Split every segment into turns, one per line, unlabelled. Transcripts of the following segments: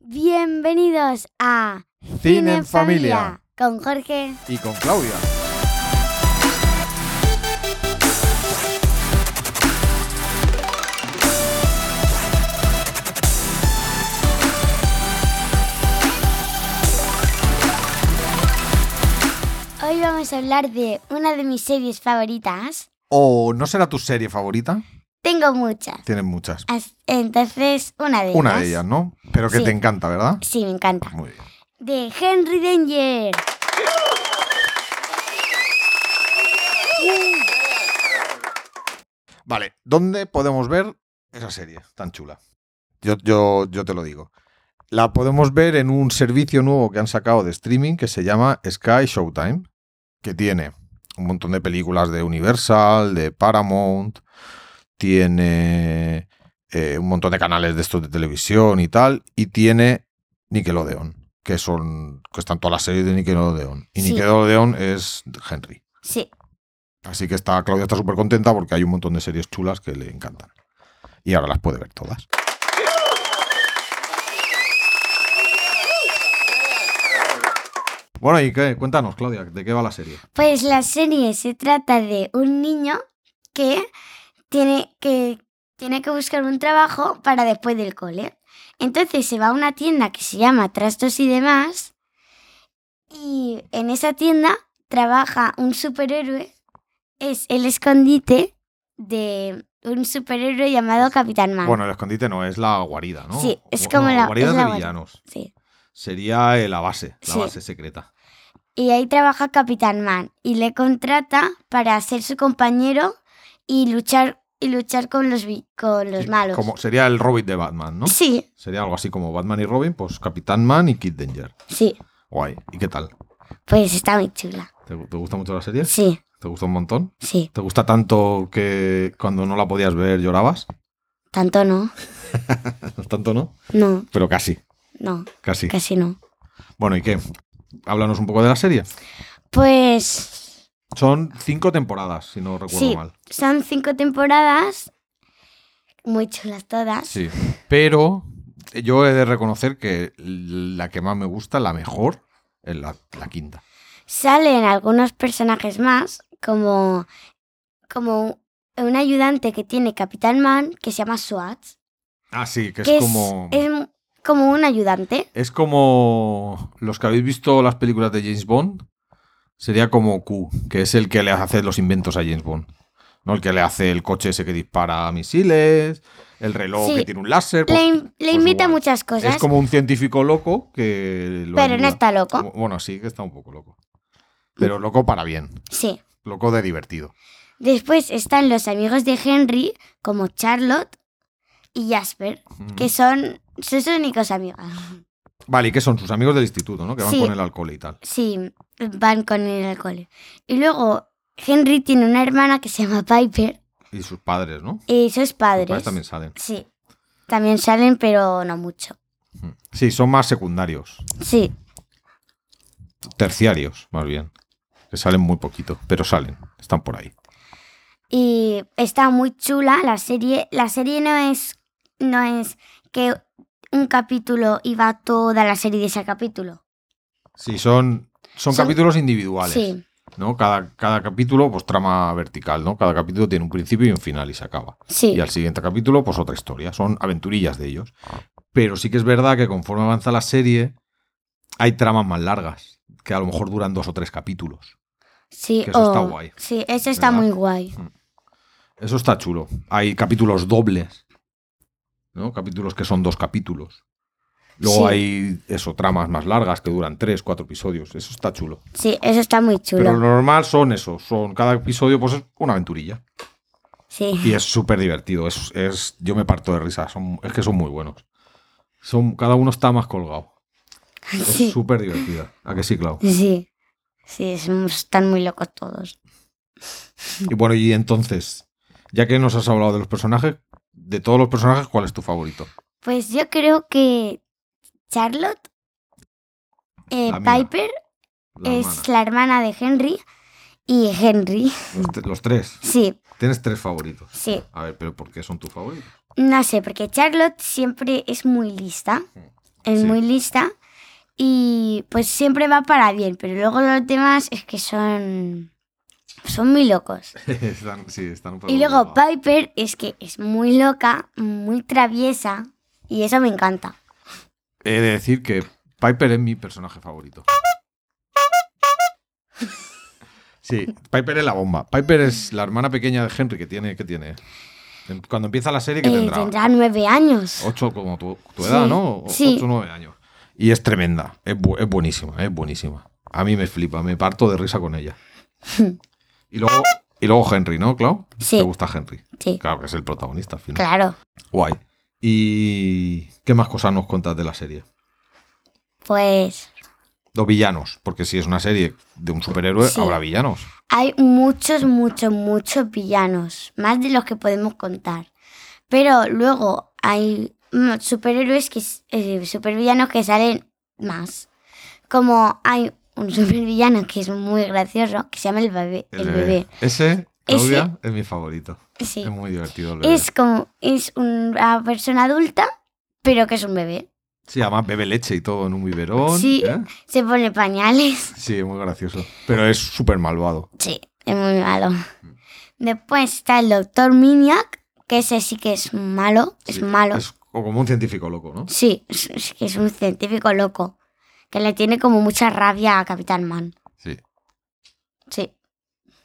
Bienvenidos a
Cine en Familia
con Jorge.
y con Claudia.
Hoy vamos a hablar de una de mis series favoritas.
¿O no será tu serie favorita?
Tengo muchas.
Tienes muchas.
As- Entonces, una de ellas.
Una de ellas, ¿no? Pero que
Sí.
te encanta, ¿verdad?
Sí, me encanta.
Muy bien.
De Henry Danger.
Vale, ¿dónde podemos ver esa serie tan chula? Yo, yo, yo te lo digo. La podemos ver en un servicio nuevo que han sacado de streaming que se llama Sky Showtime, que tiene un montón de películas de Universal, de Paramount, tiene eh, un montón de canales de estos de televisión y tal, y tiene Nickelodeon, que son que están todas las series de Nickelodeon. Y
Sí.
Nickelodeon es Henry.
Sí,
Así que está, Claudia está súper contenta porque hay un montón de series chulas que le encantan. Y ahora las puede ver todas. Bueno, y qué, cuéntanos, Claudia, ¿de qué va la serie?
Pues la serie se trata de un niño que tiene que, tiene que buscar un trabajo para después del cole. Entonces se va a una tienda que se llama Trastos y demás y en esa tienda trabaja un superhéroe, es el escondite de un superhéroe llamado Capitán Man.
Bueno, el escondite no, es la guarida, ¿no?
Ah. Sí, es
Gu-
como
no,
la-
guarida
es
de
la guarida.
villanos.
Sí.
Sería eh, la base, la
Sí.
base secreta.
Y ahí trabaja Capitán Man y le contrata para ser su compañero y luchar y luchar con los vi- con los
Y
malos.
Como, sería el Robin de Batman, ¿no?
Sí,
Sería algo así como Batman y Robin, pues Capitán Man y Kid Danger.
sí.
Guay. ¿Y qué tal?
Pues está muy chula.
¿Te, te gusta mucho la serie?
Sí,
¿Te gusta un montón?
sí.
¿Te gusta tanto que cuando no la podías ver llorabas?
Tanto no.
Tanto no,
No,
pero casi,
no,
casi.
casi no.
Bueno, ¿y qué? Háblanos un poco de la serie.
Pues
Son cinco temporadas, si no recuerdo
Sí.
mal.
son cinco temporadas. Muy chulas todas.
Sí. Pero yo he de reconocer que la que más me gusta, la mejor, es la, la quinta.
Salen algunos personajes más, como, como un ayudante que tiene Capitán Man, que se llama Swatch.
Ah, sí, que es
que
como.
es como un ayudante.
Es como los que habéis visto las películas de James Bond. Sería como Q, que es el que le hace los inventos a James Bond. ¿No? El que le hace el coche ese que dispara misiles, el reloj
Sí.
que tiene un láser. pues,
Le, in- le
pues
invita
igual.
muchas cosas,
Es como un científico loco que. lo
pero no
ayuda.
está loco.
Bueno, sí, que está un poco loco. Pero loco para bien.
Sí.
Loco de divertido.
Después están los amigos de Henry, como Charlotte y Jasper, que son sus únicos amigos.
Mm. Vale, y que son sus amigos del instituto, ¿no? Que van
Sí.
con el alcohol y tal.
Sí, van con el alcohol. Y luego Henry tiene una hermana que se llama Piper
Y sus padres, ¿no?
y sus
Sus
padres.
padres también salen.
Sí, también salen, pero no mucho.
Ujú. Mm. Sí, son más secundarios.
Sí,
terciarios, más bien. Que salen muy poquito, pero salen, están por ahí.
y está muy chula la serie. La serie no es, no es que un capítulo y va toda la serie de ese capítulo.
Sí, son, son,
Son-
capítulos individuales,
Sí,
¿no? Cada, cada capítulo, pues trama vertical, ¿no? Cada capítulo tiene un principio y un final y se acaba.
sí.
Y al siguiente capítulo, pues otra historia. Son aventurillas de ellos. Pero sí que es verdad que conforme avanza la serie, hay tramas más largas, que a lo mejor duran dos o tres capítulos.
Sí,
Que eso está
o-
guay.
Sí, eso está
¿Verdad?
muy guay.
Eso está chulo. Hay capítulos dobles, ¿no? Capítulos que son dos capítulos. Luego
Sí.
hay eso, tramas más largas que duran tres, cuatro episodios. Eso está chulo.
Sí, eso está muy chulo.
Pero lo normal son eso, son cada episodio, pues es una aventurilla.
Sí,
Y es súper divertido. Es, es- yo me parto de risa. Son, es que son muy buenos. Son, cada uno está más colgado.
Sí.
Es súper divertida. ¿A que sí, Clau?
sí. Sí, son- están muy locos todos.
Y bueno, y entonces, ya que nos has hablado de los personajes, de todos los personajes, ¿cuál es tu favorito?
Pues yo creo que Charlotte, eh,
La amiga,
Piper
La
es
hermana.
la hermana de Henry y Henry.
Los te- los tres.
Sí,
Tienes tres favoritos.
sí.
A ver, pero ¿por qué son tus favoritos?
No sé, porque Charlotte siempre es muy lista. es
Sí.
muy lista y pues siempre va para bien, pero luego los demás es que son son muy locos.
Están- sí, están un poco
y luego
preocupados.
Piper es que es muy loca, muy traviesa y eso me encanta.
He de decir que Piper es mi personaje favorito. Sí, Piper es la bomba. Piper es la hermana pequeña de Henry que tiene. Que tiene. Cuando empieza la serie, que
Eh,
tendrá? Oh,
tendrá nueve años.
8 como tu, tu
Sí,
edad, ¿no? O-
sí.
Ocho, nueve años. Y es tremenda. Es, bu- es buenísima, es buenísima. A mí me flipa, me parto de risa con ella. y, luego, y luego Henry, ¿no, Clau?
Sí.
¿Te gusta Henry?
Sí,
Claro, que es el protagonista al final.
claro.
Guay. ¿Y qué más cosas nos contas de la serie?
Pues
Los villanos, porque si es una serie de un superhéroe,
Sí.
habrá villanos.
Hay muchos, muchos, muchos villanos, más de los que podemos contar. Pero luego hay mm, superhéroes que s- eh, supervillanos que salen más. Como hay un supervillano que es muy gracioso, que se llama el bebé. El, bebé.
Ese,
Ese-
Claudia, es mi favorito.
Sí.
Es muy divertido el bebé.
Es como es una persona adulta, pero que es un bebé.
Sí, además bebe leche y todo en un biberón.
Sí.
¿eh?
Se pone pañales.
Sí, muy gracioso. Pero es súper malvado.
Sí, es muy malo.
Mm.
Después está el doctor Miniac, que ese sí que es malo, es
Sí,
malo.
Es o como un científico loco, ¿no?
Sí, es, es que es un científico loco. Que le tiene como mucha rabia a Capitán Man.
Sí.
Sí,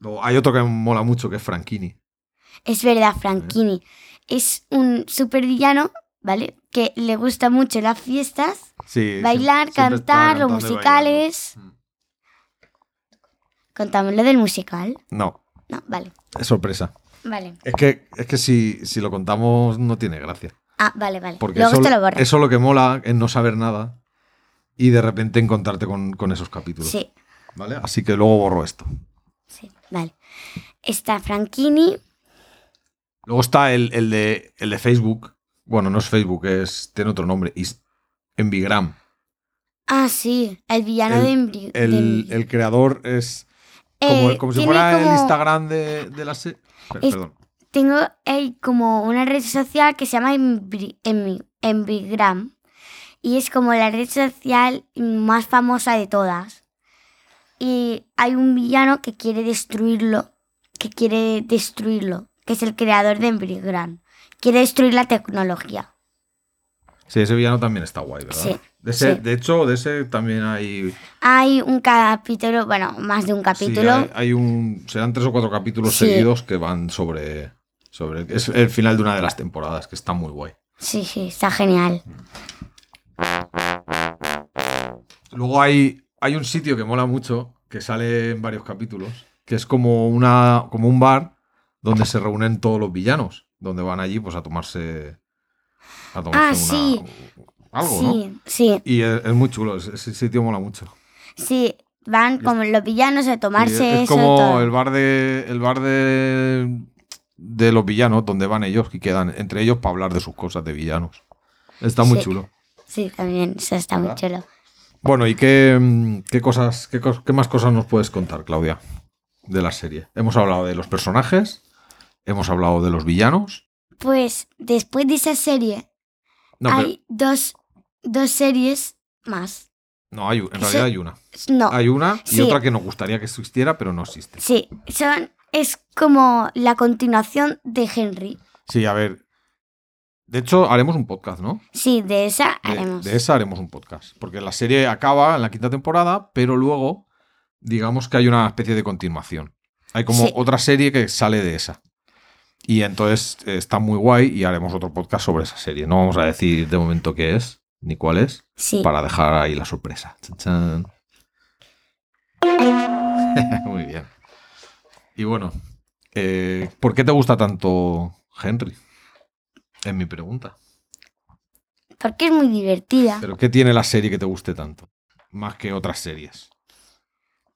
Luego hay otro que mola mucho, que es Franchini.
es verdad, Franchini. Es un supervillano, ¿vale? Que le gusta mucho las fiestas,
Sí.
Bailar,
siem- siempre está
cantar, los
cantando y
musicales.
bailando. Mm.
Contame lo del musical.
Mm. No,
No, vale,
es sorpresa.
vale.
Es que, es que si, si lo contamos no tiene gracia.
Ah, vale, vale.
Porque
Luego
eso,
esto lo borra.
eso lo que mola es no saber nada y de repente encontrarte con, con esos capítulos.
Sí,
¿Vale? Así que luego borro esto.
sí, vale. Está Franchini,
Luego está el, el de, el de Facebook. Bueno, no es Facebook, es, tiene otro nombre. Is- Envigram.
Ah, sí, el villano
El-
de Embry. de
El,
Embry-
el creador es
Eh,
como, como si
tiene
fuera el
como-
Instagram de, de la serie.
Es-
Perdón.
Tengo eh, como una red social que se llama Embry- Emmy- Embrygram. Y es como la red social más famosa de todas. Y hay un villano que quiere destruirlo. Que quiere destruirlo. Que es el creador de Embrygram. Quiere destruir la tecnología.
Sí, ese villano también está guay, ¿verdad?
Sí,
De, ese-
sí.
de hecho, de ese también hay.
Hay un capítulo, bueno, más de un
sí,
capítulo.
hay, hay un. Serán tres o cuatro capítulos
Sí.
seguidos que van sobre. sobre es el final de una de las temporadas, que está muy guay.
Sí, sí, está genial.
Luego hay, hay un sitio que mola mucho, que sale en varios capítulos, que es como, una, como un bar donde se reúnen todos los villanos, donde van allí pues a tomarse. A tomarse una-
Ah, sí.
Algo,
sí,
¿no?
sí,
Y es, es muy chulo, es- ese sitio mola mucho.
sí. Van como los villanos a tomarse
Sí, es
eso. todo.
como el bar de el bar de de los villanos donde van ellos y quedan entre ellos para hablar de sus cosas de villanos está muy
Sí.
chulo
Sí, también, eso está muy
¿Verdad?
chulo.
bueno y qué, mm, qué cosas qué, cos- qué más cosas nos puedes contar Claudia de la serie hemos hablado de los personajes hemos hablado de los villanos
Pues después de esa serie
no pero-
hay dos, dos series más.
no hay u- en
eso-
realidad hay una
No,
hay una y
Sí.
otra que nos gustaría que existiera pero no existe
sí, son, es como la continuación de Henry.
sí a ver de hecho haremos un podcast no
Sí, de esa
De-
haremos.
De esa haremos un podcast. Porque la serie acaba en la quinta temporada, pero luego, digamos que hay una especie de continuación. Hay como
Sí.
otra serie que sale de esa. Y entonces eh, está muy guay y haremos otro podcast sobre esa serie. No vamos a decir de momento qué es ni cuál es,
sí,
para dejar ahí la sorpresa. Chan, chan. muy bien. Y bueno, eh, ¿por qué te gusta tanto Henry? Es mi pregunta.
porque es muy divertida.
Ah. ¿Pero qué tiene la serie que te guste tanto? Más que otras series.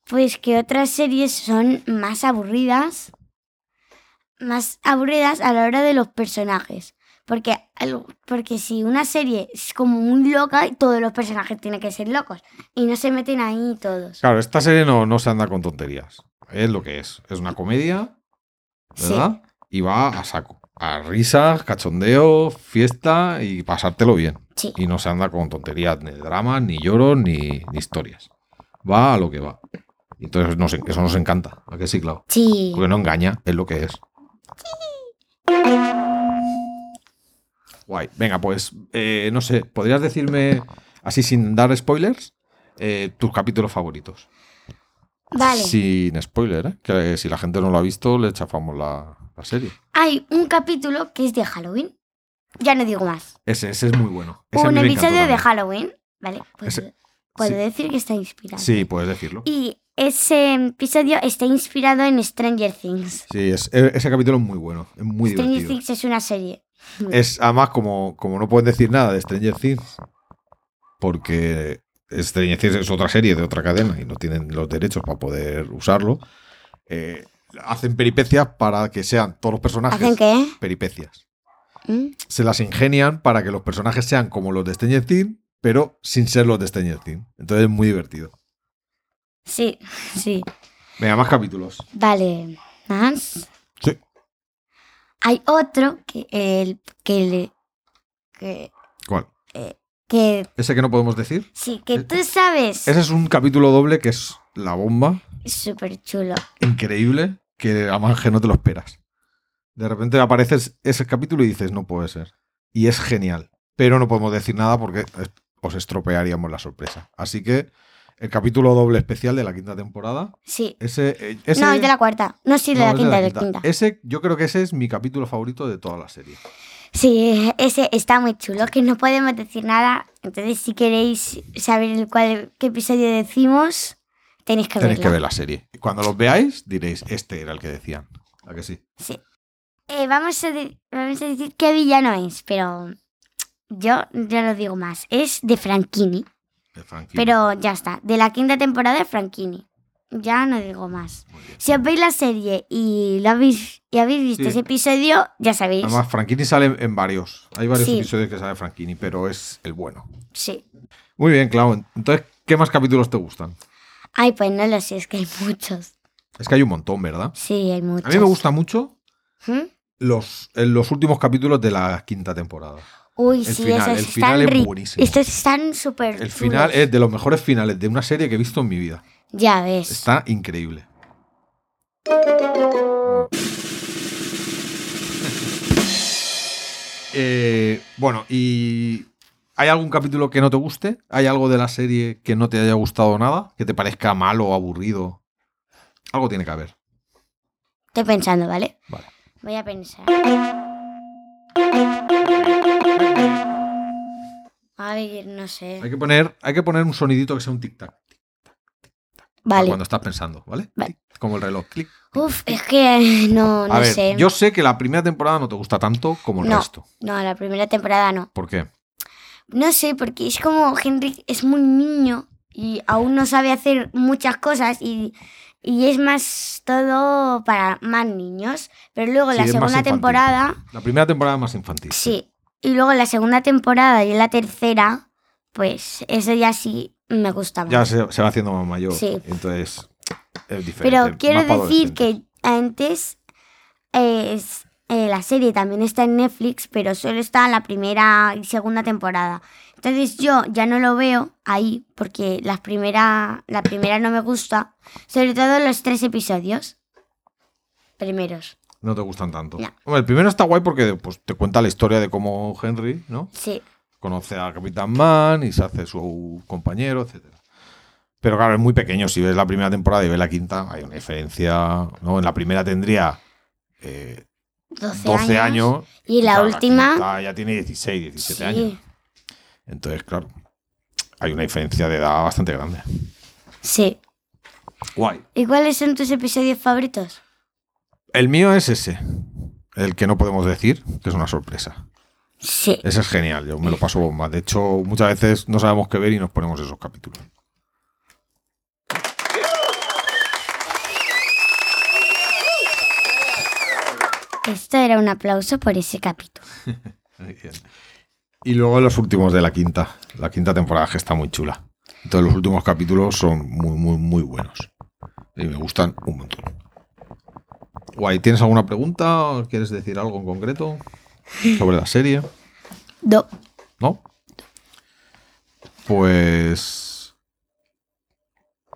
Pues que otras series son más aburridas. Más aburridas a la hora de los personajes. Porque, al- porque si una serie es como muy loca, todos los personajes tienen que ser locos. Y no se meten ahí todos.
Claro, esta serie no, no se anda con tonterías. Es lo que es. Es una comedia, ¿verdad? Y va a saco. A risas, cachondeo, fiesta y pasártelo bien.
Sí.
Y no se anda con tonterías, ni dramas, ni lloros, ni, ni historias. Va a lo que va. Y Entonces nos- eso nos encanta. ¿A qué sí, Clau?
Sí.
Porque no engaña, es lo que es. Guay. Venga, pues, eh, no sé, ¿podrías decirme, así sin dar spoilers, eh, tus capítulos favoritos?
Vale.
Sin spoiler, ¿eh? Que si la gente no lo ha visto, le chafamos la, la serie.
Hay un capítulo que es de Halloween. Ya no digo más.
Ese, ese es muy bueno. Ese a
un
mí me encantó
episodio de
también.
Halloween. Vale. Puedo,
Ese-
puedo
sí.
decir que está inspirado.
Sí, puedes decirlo.
Y ese episodio está inspirado en Stranger Things.
Sí, es- e- ese capítulo es muy bueno, es muy
Stranger
divertido.
Things es una serie.
Es además como, como no pueden decir nada de Stranger Things, porque Stranger Things es otra serie de otra cadena y no tienen los derechos para poder usarlo, eh, hacen peripecias para que sean todos los personajes
¿Hacen qué?
peripecias.
¿Mm?
Se las ingenian para que los personajes sean como los de Stranger Things, pero sin ser los de Stranger Things. Entonces es muy divertido.
Sí, sí.
Venga, más capítulos.
Vale. ¿Más?
Sí.
Hay otro que el que le- que,
¿Cuál?
que
Ese que no podemos decir.
sí que tú sabes
Eh, Ese es un capítulo doble que es la bomba.
es súper chulo.
increíble que además que no te lo esperas. De repente apareces ese capítulo y dices, no puede ser. Y es genial. Pero no podemos decir nada porque es- os estropearíamos la sorpresa. Así que el capítulo doble especial de la quinta temporada,
Sí.
ese... eh, ese-
No, es de la cuarta. No, sí, de
no,
la
es
quinta, de la quinta.
Ese, yo creo que ese es mi capítulo favorito de toda la serie.
Sí, ese está muy chulo, que no podemos decir nada. Entonces, si queréis saber el cuál, qué episodio decimos, tenéis que
Tenéis
verlo.
que ver la serie. Cuando los veáis, diréis, este era el que decían. ¿A que sí?
Sí. Eh, vamos, a de- vamos a decir qué villano es, pero yo ya lo digo más. Es de Franchini,
De Frankie.
pero ya está. De la quinta temporada de Franchini. Ya no digo más.
Muy bien.
Si os veis la serie y, lo habéis, y habéis visto
Sí.
ese episodio, ya sabéis.
Además, Franchini sale en varios. Hay varios
Sí.
episodios que sale Franchini, pero es el bueno.
Sí.
Muy bien, Clau. Entonces, ¿qué más capítulos te gustan?
Ay, pues no lo sé, es que hay muchos.
Es que hay un montón, ¿verdad?
Sí, hay muchos.
A mí me gusta mucho
¿Mm?
los, en los últimos capítulos de la quinta temporada.
Uy,
El
sí,
final,
esos
el
están
final es
ri-
buenísimo.
Estos están súper
El final
chulos.
es de los mejores finales de una serie que he visto en mi vida.
Ya ves.
Está increíble. Eh, bueno, y ¿hay algún capítulo que no te guste? ¿Hay algo de la serie que no te haya gustado nada? ¿Que te parezca malo o aburrido? Algo tiene que haber.
Estoy pensando, ¿vale?
Vale.
Voy a pensar. Ay, no
Hay
sé.
que poner, hay que poner un sonidito que sea un tic-tac. para
Vale.
Cuando estás pensando, ¿vale?
Vale.
Tic, Como el reloj. clic.
Uf, es que no, no
A ver,
sé.
yo sé que la primera temporada no te gusta tanto como el
No.
resto.
No, la primera temporada no.
¿Por qué?
No sé, porque es como Henry es muy niño y aún no sabe hacer muchas cosas y, y es más todo para más niños. Pero luego
Sí,
la
es más
segunda
infantil.
temporada...
La primera temporada más infantil.
Sí, y luego la segunda temporada y la tercera, pues eso ya sí me gusta más.
Ya se, se va haciendo más mayor.
Sí.
Entonces, es diferente.
Pero quiero
más para
decir
adolescentes.
que antes eh, es- eh, la serie también está en Netflix, pero solo está la primera y segunda temporada. Entonces yo ya no lo veo ahí porque la primera, la primera no me gusta, sobre todo los tres episodios primeros.
No te gustan tanto.
No.
Hombre, el primero está guay porque pues, te cuenta la historia de cómo Henry, ¿no?
Sí,
Conoce a Capitán Man y se hace su compañero, etcétera. Pero claro, es muy pequeño. Si ves la primera temporada y ves la quinta, hay una diferencia. ¿no? En la primera tendría eh,
12,
12 años.
Y la
claro,
última...
quinta ya tiene 16, 17
sí.
años. Entonces, claro, hay una diferencia de edad bastante grande.
sí.
Guay.
¿Y cuáles son tus episodios favoritos?
El mío es ese. El que no podemos decir, que es una sorpresa.
Sí.
Ese es genial, yo me
Eh.
lo paso bomba. De hecho, muchas veces no sabemos qué ver y nos ponemos esos capítulos.
Esto era un aplauso por ese capítulo.
Y luego los últimos de la quinta. La quinta temporada que está muy chula. Entonces los últimos capítulos son muy, muy, muy buenos. Y me gustan un montón. Guay, ¿tienes alguna pregunta? ¿Quieres decir algo en concreto sobre la serie?
No,
¿No? pues.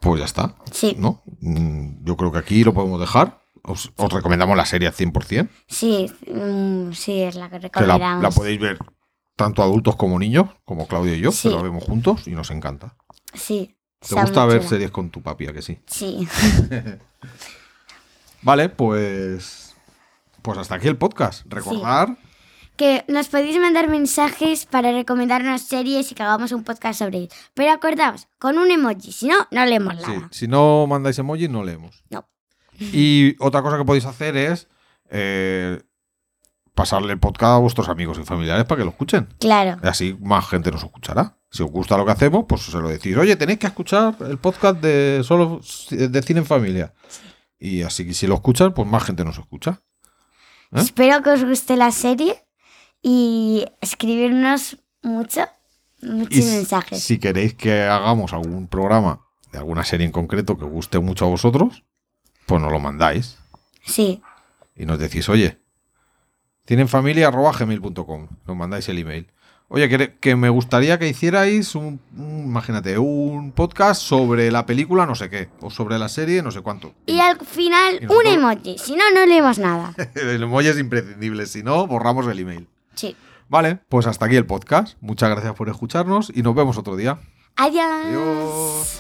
Pues ya está,
Sí,
¿no? Mm, Yo creo que aquí lo podemos dejar. Os, os recomendamos la serie al 100%,
sí, mm, sí, es la que
que la,
recomendamos.
la podéis ver tanto adultos como niños, como Claudio y yo,
Sí.
que la vemos juntos y nos encanta.
Sí.
Te
está
gusta
muy
ver
chula.
series con tu papi, ¿a que sí.
Sí,
Vale, pues. Pues hasta aquí el podcast. Recordar.
que nos podéis mandar mensajes para recomendarnos series y que hagamos un podcast sobre ellos. Pero acordaos, con un emoji, si no, no leemos
Sí,
nada.
si no mandáis emoji, no leemos.
No.
Y otra cosa que podéis hacer es eh, pasarle el podcast a vuestros amigos y familiares para que lo escuchen.
Claro,
Así más gente nos escuchará. Si os gusta lo que hacemos, pues se lo decís. Oye, tenéis que escuchar el podcast de solo de cine en familia. Y así que si lo escuchan, pues más gente nos escucha. ¿Eh?
espero que os guste la serie y escribirnos mucho, muchos
s-
mensajes.
si queréis que hagamos algún programa de alguna serie en concreto que guste mucho a vosotros, pues nos lo mandáis
Sí,
y nos decís, oye, tienen familia arroba gmail.com, nos mandáis el email. Oye, que, que me gustaría que hicierais un, un- imagínate, un podcast sobre la película no sé qué, o sobre la serie no sé cuánto.
Y al final,
Y
un
nosotros-
emoji, si no, no leemos nada.
el emoji es imprescindible, si no, borramos el email.
Sí.
Vale, pues hasta aquí el podcast. Muchas gracias por escucharnos y nos vemos otro día.
Adiós.
Adiós.